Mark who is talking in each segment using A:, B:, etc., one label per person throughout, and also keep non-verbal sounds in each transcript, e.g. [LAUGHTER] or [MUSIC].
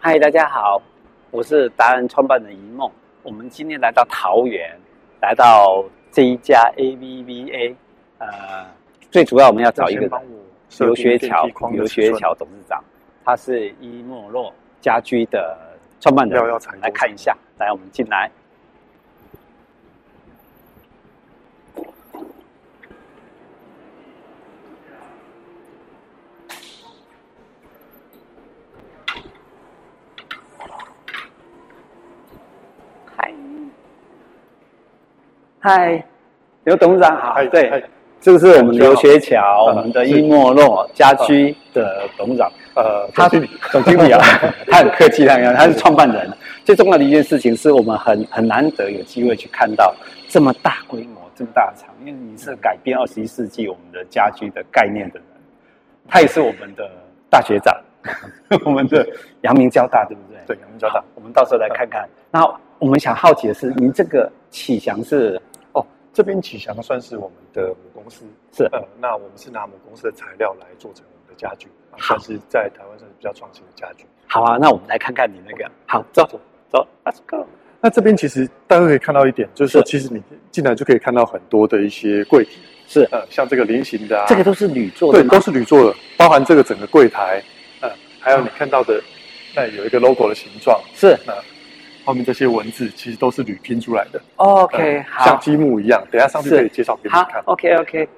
A: 嗨，大家好，我是达人创办人一梦。我们今天来到桃园，来到这一家 AVVA，呃，最主要我们要找一个
B: 先
A: 人
B: 帮我设
A: 刘
B: 定
A: 学
B: 电
A: 桥
B: 梯框，的
A: 刘
B: 尺
A: 学
B: 寸
A: 桥董事长，他是伊莫洛家居的创办人。
B: 要要采
A: 我们来
B: 购
A: 看一下，来，我们进来。嗨，嗨，刘董事长好。
B: 嗨
A: 对
B: 嗨，
A: 这个是我们刘学桥，
B: 嗯
A: 我们的伊莫诺家
B: 啊
A: 居的董事长，
B: 呃，
A: 他
B: 总
A: 是
B: 经理
A: 总经
B: [LAUGHS]
A: 理啊，他很客气，他很他是创办人。最重要的一件事情是我们很很难得有机会去看到这么大规模、这么大的厂，因为你是改变二十一世纪我们的家居的概念的人，他也是我们的大学长， [LAUGHS] 我们的阳明交大，对不对？
B: 对，阳明交大
A: 好。我们到时候来看看。那我们想好奇的是，您这个启祥是
B: 哦，这边启祥算是我们的母公司，
A: 是
B: 呃，那我们是拿母公司的材料来做成我们的家具，啊
A: 好
B: 算是在台湾算是比较创新的家具。
A: 好啊，那我们来看看你那个。好，走走，Let's go。
B: 那这边其实大家可以看到一点，就是说，
A: 是
B: 其实你进来就可以看到很多的一些柜体，
A: 是
B: 呃，像这个菱形的啊，
A: 这个都是铝做的
B: 对，
A: 吗？
B: 都是铝做的，包含这个整个柜台，呃，还有你
A: 嗯
B: 看到的那有一个 logo 的形状，
A: 是
B: 后面这些文字其实都是铝拼出来的
A: OK，
B: 呃像
A: 好，
B: 积木一样。等一下上去
A: 是
B: 可以介绍给你
A: 好
B: 看。
A: ，OK OK。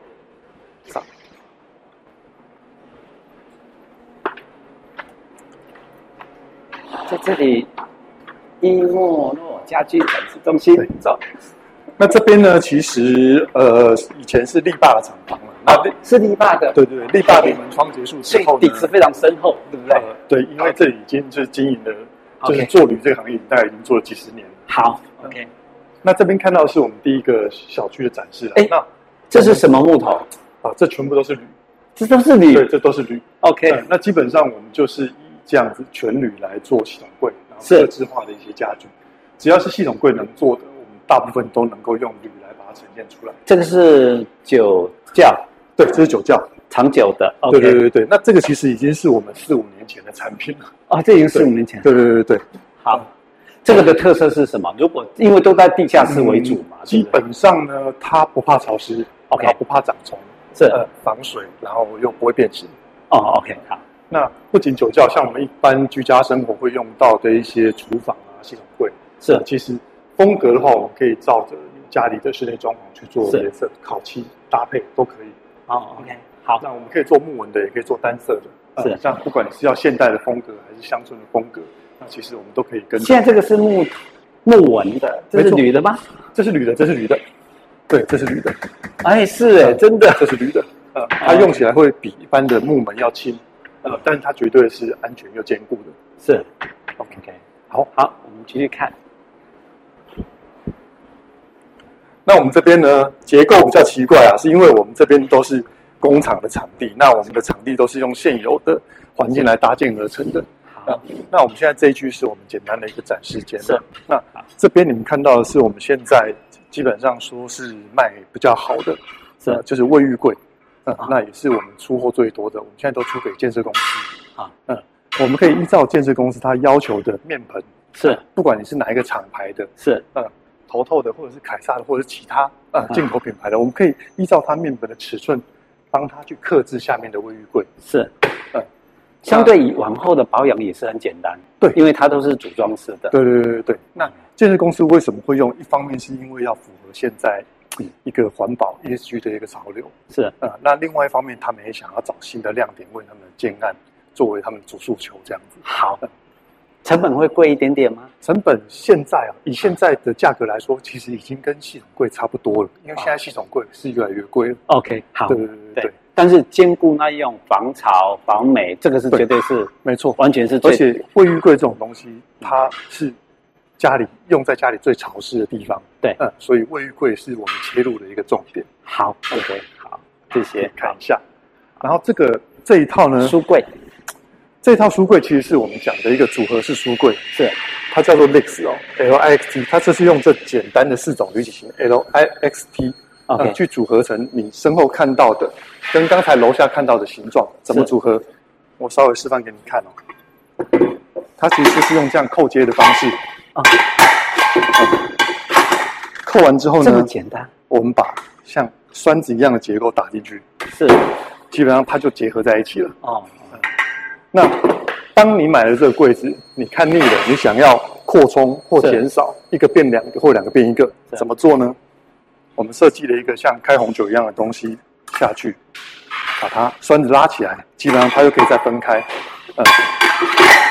A: 在这里，伊莫诺家居展示中心
B: 对，
A: 走，
B: 那这边呢，其实呃，以前是力霸的厂房了。那力、
A: 哦是力霸的，
B: 对对对，力霸的门窗结束之
A: 啊所以
B: 后呢
A: 底，子非常深厚，对不对？
B: 呃对，因为这里已经就是经营的，就是
A: OK
B: 做铝这个行业，大概已经做了几十年了。
A: 好，OK，
B: 嗯那这边看到的是我们第一个小区的展示了。
A: 哎
B: 那
A: 这是什么木头？
B: 啊，这全部都是铝，
A: 这都是铝
B: 对，这都是铝。
A: ，OK，
B: 呃那基本上我们就是以这样子全铝来做系统柜，然后
A: 是
B: 客制化的一些家具，只要是系统柜能做的，我们大部分都能够用铝来把它呈现出来。
A: 这个是酒窖
B: 对，这是酒窖。
A: 长久的
B: 对对
A: ，OK，
B: 对对，那这个其实已经是我们四五年前的产品了。
A: 哦，这已经四五年前了。
B: [LAUGHS] 对对对对，
A: 好，这个的特色是什么？如果因为都在地下室为主嘛，
B: 嗯
A: 对
B: 基
A: 不对
B: 本上呢，它不怕潮湿
A: OK
B: 然后不怕长虫，
A: 是
B: 呃，防水，然后又不会变形。
A: 哦，OK，好，
B: 那不仅酒窖，像我们一般居家生活会用到的一些厨房啊、系统柜，
A: 是
B: 其实风格的话，我们可以照着你家里的室内装潢去做
A: 是
B: 颜色烤漆搭配都可以。
A: 哦，OK，好，
B: 那我们可以做木纹的，也可以做单色的。
A: 是
B: 像不管你是要现代的风格还是乡村的风格，那其实我们都可以跟。
A: 现在这个是木木纹的，这是
B: 没错
A: 铝的吗？
B: 这是铝的，这是铝的，对，这是铝的，啊
A: 哎，是哎，真的，
B: 这是铝的。呃，它用起来会比一般的木门要轻，呃，但是它绝对是安全又坚固的。
A: 是，OK，好，好，我们继续看，
B: 那我们这边呢，结构比较奇怪啊，是因为我们这边都是工厂的场地，那我们的场地都是用现有的环境来搭建而成的。啊
A: 好，
B: 那我们现在这一区是我们简单的一个展示间。啊
A: 是。
B: 那这边你们看到的是我们现在基本上说是卖比较好的，
A: 是
B: 呃就是卫浴柜，嗯、
A: 啊
B: 那也是我们出货最多的，我们现在都出给建设公司
A: 啊，
B: 嗯、我们可以依照建设公司它要求的面盆，
A: 是
B: 不管你是哪一个厂牌的，
A: 是，
B: 头透的，或者是凯撒的，或者是其他
A: 嗯
B: 呃进口品牌的，我们可以依照它面本的尺寸，帮它去克制下面的卫浴柜。
A: 是
B: 嗯，
A: 相对于往后的保养也是很简单，
B: 对
A: 因为它都是组装式的，
B: 对对对对对。那建设公司为什么会用？一方面是因为要符合现在
A: 嗯
B: 一个环保 ESG 的一个潮流，
A: 是
B: 呃，那另外一方面他们也想要找新的亮点，为他们的建案作为他们的主诉求这样子。
A: 好，成本会贵一点点吗？
B: 成本现在啊，以现在的价格来说，其实已经跟系统柜差不多了，因为现在系统柜是越来越贵了。
A: OK，好
B: 对对对对
A: 啊对
B: 对，，
A: 但是兼顾那一种防潮、防美，这个是
B: 对
A: 绝对是
B: 没错。
A: 完全是最，
B: 而且卫浴柜这种东西，它是家里用在家里最潮湿的地方，
A: 对
B: 嗯，所以卫浴柜是我们切入的一个重点。
A: 好，OK，好，谢谢。
B: 看一下，然后这个这一套呢，
A: 书柜
B: 这一套书柜其实是我们讲的一个组合式书柜，
A: 是
B: 它叫做 Lix 哦，L I X T，它这是用这简单的四种铝体型 L I X T。
A: OK
B: 呃去组合成你身后看到的，跟刚才楼下看到的形状，怎么
A: 是
B: 组合？我稍微示范给你看哦。它其实就是用这样扣接的方式
A: 啊
B: 啊、扣完之后
A: 这么
B: 呢，
A: 简单，
B: 我们把像栓子一样的结构打进去，
A: 是
B: 基本上它就结合在一起了。
A: 哦，
B: 那当你买了这个柜子，你看腻了，你想要扩充或
A: 是
B: 减少，一个变两个或两个变一个，
A: 是
B: 怎么做呢？我们设计了一个像开红酒一样的东西下去，把它栓子拉起来，基本上它就可以再分开，呃，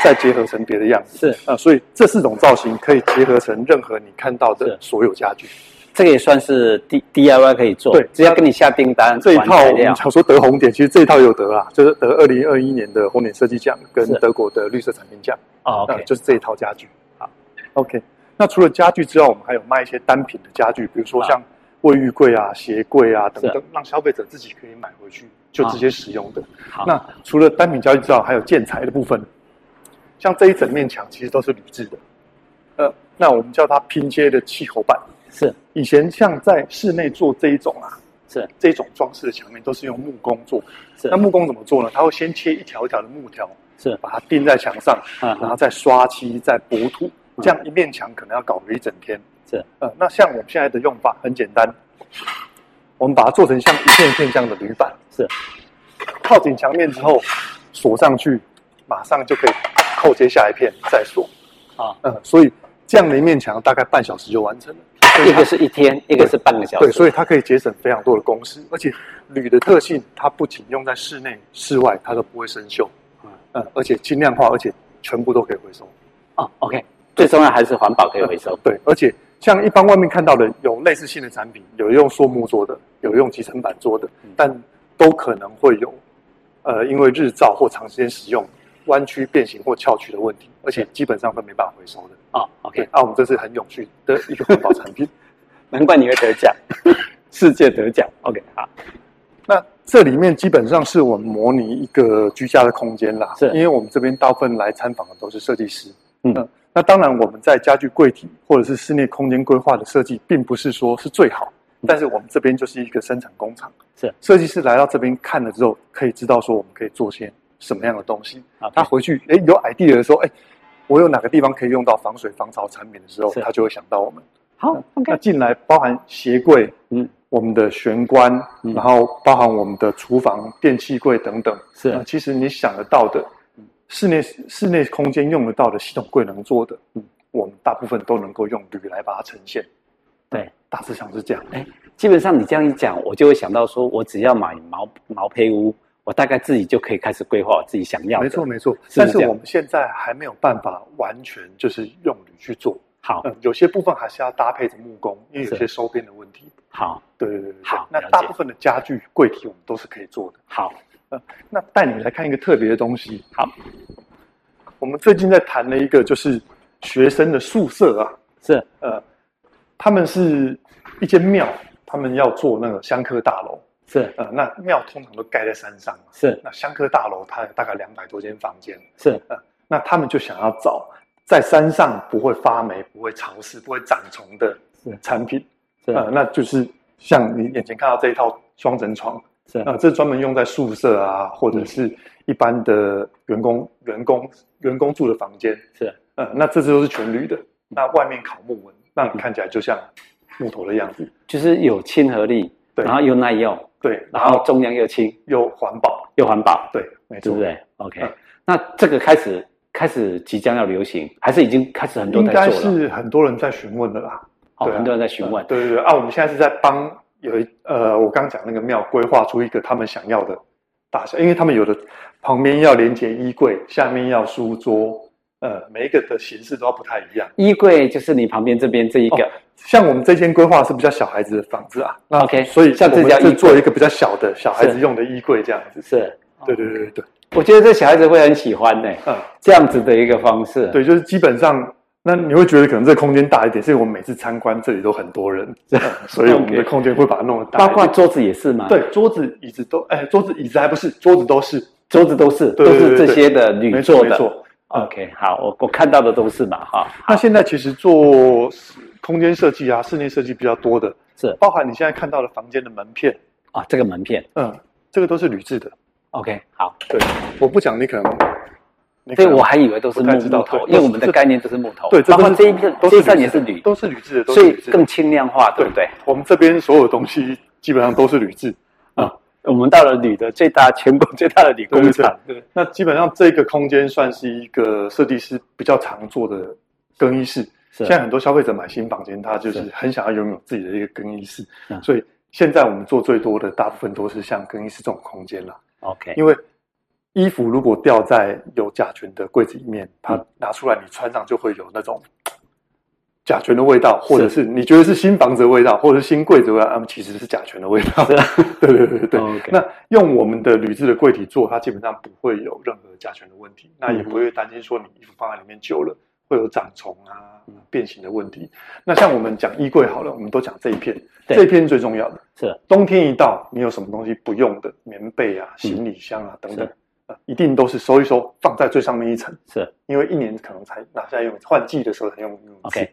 B: 再结合成别的样子。
A: 是
B: 呃，所以这四种造型可以结合成任何你看到的
A: 是
B: 所有家具。
A: 这个也算是 D D I Y 可以做，
B: 对
A: 只要跟你下订单，
B: 这一套
A: 玩材
B: 我
A: 料
B: 们想说得红点，其实这一套有得啊，就是得二零二一年的红点设计奖跟
A: 是
B: 德国的绿色产品奖。
A: 哦
B: 那
A: ，OK，
B: 就是这一套家具。好，OK。那除了家具之外，我们还有卖一些单品的家具，比如
A: 啊
B: 说像卫浴柜啊、鞋柜啊等等，让消费者自己可以买回去就直接使用的。
A: 啊好，
B: 那除了单品家具之外，还有建材的部分，像这一整面墙其实都是铝制的，呃，那我们叫它拼接的气候板。
A: 是
B: 以前像在室内做这一种啊，
A: 是
B: 这种装饰的墙面都是用木工做。
A: 是
B: 那木工怎么做呢？它会先切一条一条的木条，
A: 是
B: 把它钉在墙上，
A: 啊
B: 然后再刷漆、再补土，这样一面墙可能要搞个一整天。
A: 嗯是，
B: 呃，那像我们现在的用法很简单，我们把它做成像一片一片这样的铝板，
A: 是
B: 靠紧墙面之后锁上去，马上就可以扣接下一片再锁。
A: 啊，
B: 呃，所以这样的一面墙大概半小时就完成了。
A: 一个是一天，一个是半个小时，
B: 对，所以它可以节省非常多的工时，而且铝的特性，它不仅用在室内、室外，它都不会生锈
A: 嗯，
B: 嗯，而且轻量化，而且全部都可以回收。
A: 哦，OK，最重要还是环保可以回收，
B: 对，而且像一般外面看到的有类似性的产品，有用塑木做的，有用集成板做的
A: 嗯，
B: 但都可能会有，呃，因为日照或长时间使用弯曲、变形或翘曲的问题，而且基本上都没办法回收的。
A: 哦
B: 对
A: ，OK，，
B: 啊，我们这是很永续的一个环保产品。
A: 难怪你会得奖， [LAUGHS] 世界得奖，OK，好，
B: 那这里面基本上是我们模拟一个居家的空间啦，
A: 是
B: 因为我们这边大部分来参访的都是设计师。
A: 嗯
B: 呃那当然我们在家具柜体或者是室内空间规划的设计，并不是说是最好，
A: 嗯
B: 但是我们这边就是一个生产工厂，
A: 是
B: 设计师来到这边看了之后，可以知道说我们可以做些什么样的东西。
A: 好，
B: 他回去，哎，有 idea 的时候，哎，我有哪个地方可以用到防水防潮产品的时候
A: 是，
B: 他就会想到我们。
A: 好
B: 那
A: ，OK，
B: 进来包含鞋柜，
A: 嗯，
B: 我们的玄关，
A: 嗯
B: 然后包含我们的厨房、电器柜等等。
A: 是
B: 呃其实你想得到的，室内室内空间用得到的系统柜能做的，
A: 嗯
B: 我们大部分都能够用铝来把它呈现。
A: 对，
B: 大致上是这样。
A: 基本上你这样一讲，我就会想到说，我只要买毛毛坯屋，我大概自己就可以开始规划我自己想要的，
B: 没错，没错。
A: 是
B: 但
A: 这
B: 是
A: 样
B: 我们现在还没有办法完全就是用铝去做，
A: 好，
B: 嗯，有些部分还是要搭配着木工，因为有
A: 是
B: 些收边的问题。
A: 好，
B: 对对对对。
A: 好
B: 那
A: 了解
B: 大部分的家具柜体我们都是可以做的。
A: 好，
B: 那带你来看一个特别的东西。
A: 好，
B: 我们最近在谈了一个，就是学生的宿舍啊，
A: 是
B: 呃，他们是一间庙，他们要做那个香客大楼，
A: 是
B: 呃，那庙通常都盖在山上嘛，
A: 是
B: 那香客大楼它有大概两百多间房间，
A: 是
B: 那他们就想要找在山上不会发霉、不会潮湿、不会长虫的
A: 是
B: 产品，
A: 是
B: 呃，那就是像你眼前看到这一套双层床，
A: 是
B: [LAUGHS] 啊，这专门用在宿舍啊，或者是一般的员工、员工、员工住的房间。
A: 是
B: 呃，那这次都是全铝的，那外面烤木纹，让你看起来就像木头的样子。
A: 就是有亲和力，
B: 对
A: 然后又耐用，
B: 对，
A: 然后重量又轻，
B: 又环保。
A: 又环保，
B: 对，没
A: 对
B: 错
A: 不。对？OK，、
B: 嗯
A: 那这个开始开始即将要流行，还是已经开始很多
B: 应
A: 在
B: 该
A: 做了？
B: 是很多人在询问的啦。
A: 哦，
B: 对啊
A: 很多人在询问
B: 呃。对对对啊，我们现在是在帮有一呃，我刚讲那个庙规划出一个他们想要的大小，因为他们有的旁边要连接衣柜，下面要书桌，呃，每一个的形式都要不太一样。
A: 衣柜就是你旁边这边这一个，
B: 像我们这间规划是比较小孩子的房子啊，哦那
A: OK，
B: 所以
A: 像这
B: 我
A: 家
B: 们
A: 衣柜
B: 是做一个比较小的小孩子
A: 是
B: 用的衣柜这样子。
A: 是，
B: 对对对对对，
A: 我觉得这小孩子会很喜欢呢、
B: 嗯，
A: 这样子的一个方式。
B: 对，就是基本上，那你会觉得可能这个空间大一点，是因为我们每次参观这里都很多
A: [LAUGHS]
B: 人，嗯所以我们
A: OK
B: 的空间会把它弄得大一
A: 包括
B: 点。
A: 桌子也是嘛，，
B: 对桌子、椅子都，哎，桌子、椅子还不是，桌子都是，
A: 桌子都是
B: 对对
A: 都是
B: 对对
A: 这些的
B: 没
A: 铝
B: 错
A: 做
B: 没
A: 的。
B: 错。
A: OK，好，我我看到的都是嘛，哈，
B: 那现在其实做空间设计啊、室内设计比较多的，
A: 是
B: 包含你现在看到的房间的门片，
A: 啊，这个门片
B: 嗯，这个都是铝制的。
A: ，OK，好，
B: 对，我不讲你可能你可
A: 所以
B: 能
A: 我还以为都是
B: 不
A: 木
B: 太知道
A: 木头，
B: 对
A: 因为我们的概念就是木头，
B: 对，
A: 哦包括
B: 都是
A: 这一片
B: 都
A: 这一
B: 是
A: 扇
B: 铝
A: 也
B: 制
A: 是
B: 的
A: 铝，
B: 都是铝制的，都是
A: 所以
B: 铝制的
A: 更轻量化，对不对？
B: 我们这边所有东西基本上都是铝制。
A: 我们到了铝的最大全国 [LAUGHS] 最大的铝工厂，对
B: 那基本上这个空间算是一个设计师比较常做的更衣室。
A: 是啊
B: 现在很多消费者买新房间，他就是
A: 是
B: 很想要拥有自己的一个更衣室，
A: 嗯
B: 所以现在我们做最多的大部分都是像更衣室这种空间啦。
A: OK，
B: 因为衣服如果掉在有甲醛的柜子里面，它拿出来你穿上就会有那种甲醛的味道，或者是你觉得是新房子的味道，或者是新柜子的味道，它啊们其实是甲醛的味道。 [LAUGHS] 对对对对对。
A: OK
B: 那用我们的铝制的柜体做，它基本上不会有任何甲醛的问题，那也不会担心说你衣服放在里面久了会有长虫啊
A: 嗯、
B: 变形的问题。那像我们讲衣柜好了，我们都讲这一片，
A: 对
B: 这一片是最重要的。
A: 是
B: 冬天一到，你有什么东西不用的，棉被啊、行李箱啊等
A: 嗯
B: 等
A: 是，
B: 呃一定都是收一收，放在最上面一层，
A: 是
B: 因为一年可能才拿下来用，换季的时候才用用一次
A: OK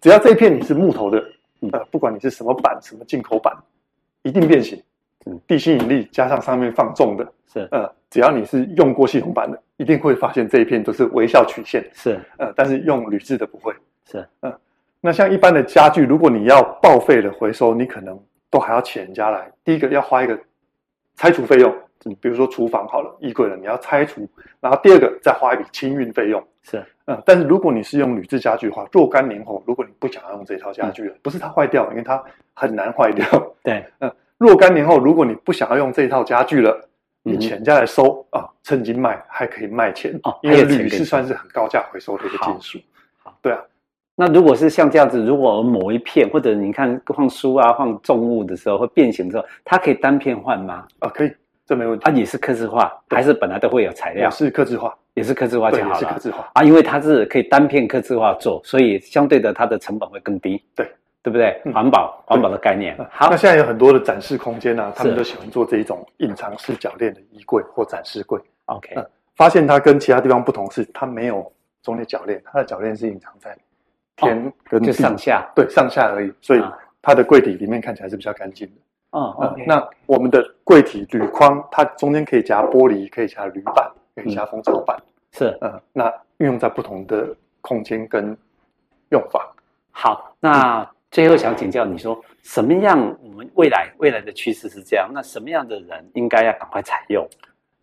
B: 只要这一片你是木头的
A: 嗯，
B: 呃，不管你是什么板、什么进口板，一定变形
A: 嗯。
B: 地心引力加上上面放重的，
A: 是
B: 呃，只要你是用过系统板的，一定会发现这一片都是微笑曲线，
A: 是
B: 呃，但是用铝制的不会。
A: 是
B: 那像一般的家具，如果你要报废的回收，你可能都还要请人家来。第一个要花一个拆除费用，
A: 嗯
B: 比如说厨房好了，衣柜了，你要拆除，然后第二个再花一笔清运费用。
A: 是
B: 嗯，但是如果你是用铝制家具的话，若干年后，如果你不想要用这套家具
A: 嗯
B: 了，不是它坏掉，因为它很难坏掉。
A: 对
B: 若干年后，如果你不想要用这套家具了，
A: 嗯哼
B: 你请人家来收啊，趁机卖还可以卖钱
A: 哦
B: 因为
A: 还有钱
B: 铝
A: 可以
B: 是
A: 收
B: 算是很高价回收的一个金属
A: 好好。
B: 对啊，
A: 那如果是像这样子，如果某一片或者你看放书啊、放重物的时候会变形之后，它可以单片换吗？
B: 啊可以，这没问题。
A: 啊，也是刻字化，还是本来都会有材
B: 也
A: 料，
B: 是刻字化，
A: 也是刻字化
B: 对，
A: 就
B: 也
A: 啊好
B: 是刻
A: 了
B: 字化。
A: 啊，因为它是可以单片刻字化做，所以相对的它的成本会更低，
B: 对
A: 对不对？
B: 嗯
A: 环保环保的概念，好
B: 那，现在有很多的展示空间啊，他们
A: 是
B: 都喜欢做这一种隐藏式铰链的衣柜或展示柜。
A: OK，
B: 嗯发现它跟其他地方不同是，它没有中间铰链，它的铰链是隐藏在天跟地、
A: 哦就上下，
B: 对上下而已，所以
A: 啊
B: 它的柜体里面看起来是比较干净的。
A: 哦
B: 呃
A: ，OK，
B: 那我们的柜体铝框，它中间可以夹玻璃，可以夹铝板，可
A: 嗯
B: 以夹蜂巢板，
A: 是
B: 呃，那运用在不同的空间跟用法。
A: 好。那最后想请教你说，什么样我们未来未来的趋势是这样？那什么样的人应该要赶快采用？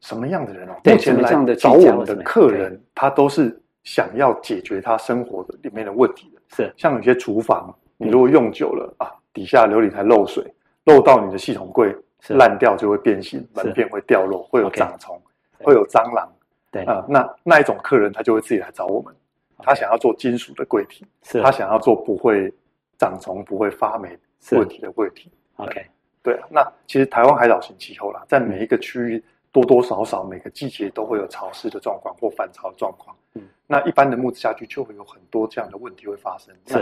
B: 什么样的人哦？
A: 对
B: 目前
A: 什么
B: 来
A: 样的
B: 找
A: 居家
B: 我们
A: 或
B: 的
A: 什么
B: 客人，他都是想要解决他生活的里面的问题的。
A: 是
B: 像有些厨房，
A: 嗯
B: 你如果用久了啊，底下琉璃台漏水，漏到你的系统柜
A: 是
B: 烂掉就会变形，门片会掉落，会有
A: OK
B: 长虫，
A: 对
B: 会有蟑螂
A: 对，
B: 啊、那那一种客人他就会自己来找我们，他想要做金属的柜体，
A: 是
B: 他想要做不会长虫、不会发霉
A: 是
B: 问题的柜体。
A: OK，
B: 对啊，那其实台湾海岛型气候啦，在每一个区域多多少少每个季节都会有潮湿的状况或反潮的状况。
A: 嗯，
B: 那一般的木质家具就会有很多这样的问题会发生。
A: 是，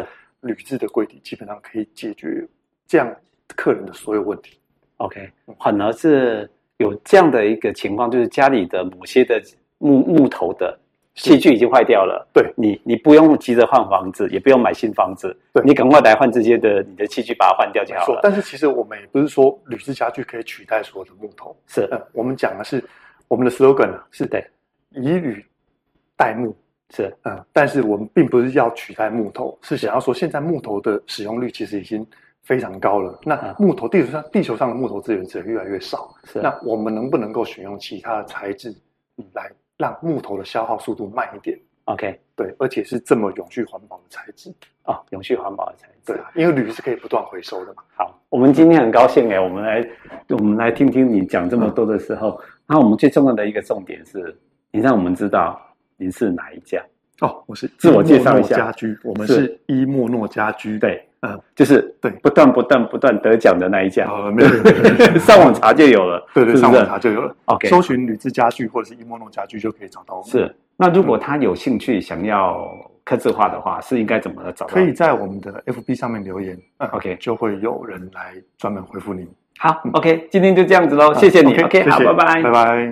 B: 那铝制的柜体基本上可以解决这样客人的所有问题。
A: OK，反
B: 嗯
A: 而是有这样的一个情况，就是家里的某些的木木头的器具已经坏掉了，
B: 对
A: 你，你不用急着换房子，也不用买新房子，
B: 对
A: 你赶快来换这些的你的器具，把它换掉就
B: 没
A: 好
B: 错，
A: 了。
B: 但是其实我们也不是说铝制家具可以取代所有的木头。
A: 是
B: 嗯，我们讲的是我们的 slogan 啊，是
A: 对
B: 以铝代木。
A: 是
B: 嗯，但是我们并不是要取代木头，是想要说现在木头的使用率其实已经非常高了。那
A: 嗯
B: 木头地球上地球上的木头资源只会越来越少，
A: 是，
B: 那我们能不能够选用其他的材质来让木头的消耗速度慢一点？
A: OK
B: 对，而且是这么永续环保的材质。
A: 哦，永续环保的材质。
B: 对啊，因为铝是可以不断回收的嘛。
A: 好，我们今天很高兴哎，我们来我们来听听你讲这么多的时
B: 嗯
A: 候，那、我们最重要的一个重点是，你让我们知道您是哪一家，
B: 哦，我是
A: 自我介绍一下
B: 伊莫诺家居，我们
A: 是
B: 是伊莫诺家居。，
A: 对，
B: 嗯，
A: 就是
B: 对
A: 不断不断不断得奖的那一家。
B: 呃，没有，没有没
A: [LAUGHS]
B: 有
A: 上网查就有了，
B: [LAUGHS] 对对，
A: 是
B: 上
A: 不
B: 网
A: 是
B: 查就有了。
A: OK
B: 搜寻铝制家具或者是伊莫诺家居就可以找到我们。
A: 是。那如果他有兴趣想要刻字化的话，是应该怎么找到？
B: 可以在我们的 FB 上面留言、嗯
A: OK
B: 就会有人来专门回复您。
A: 哦好，OK，今天就这样子喽，谢谢你
B: 啊，OK，
A: ，OK，好，
B: 谢谢
A: 拜拜
B: 拜。拜。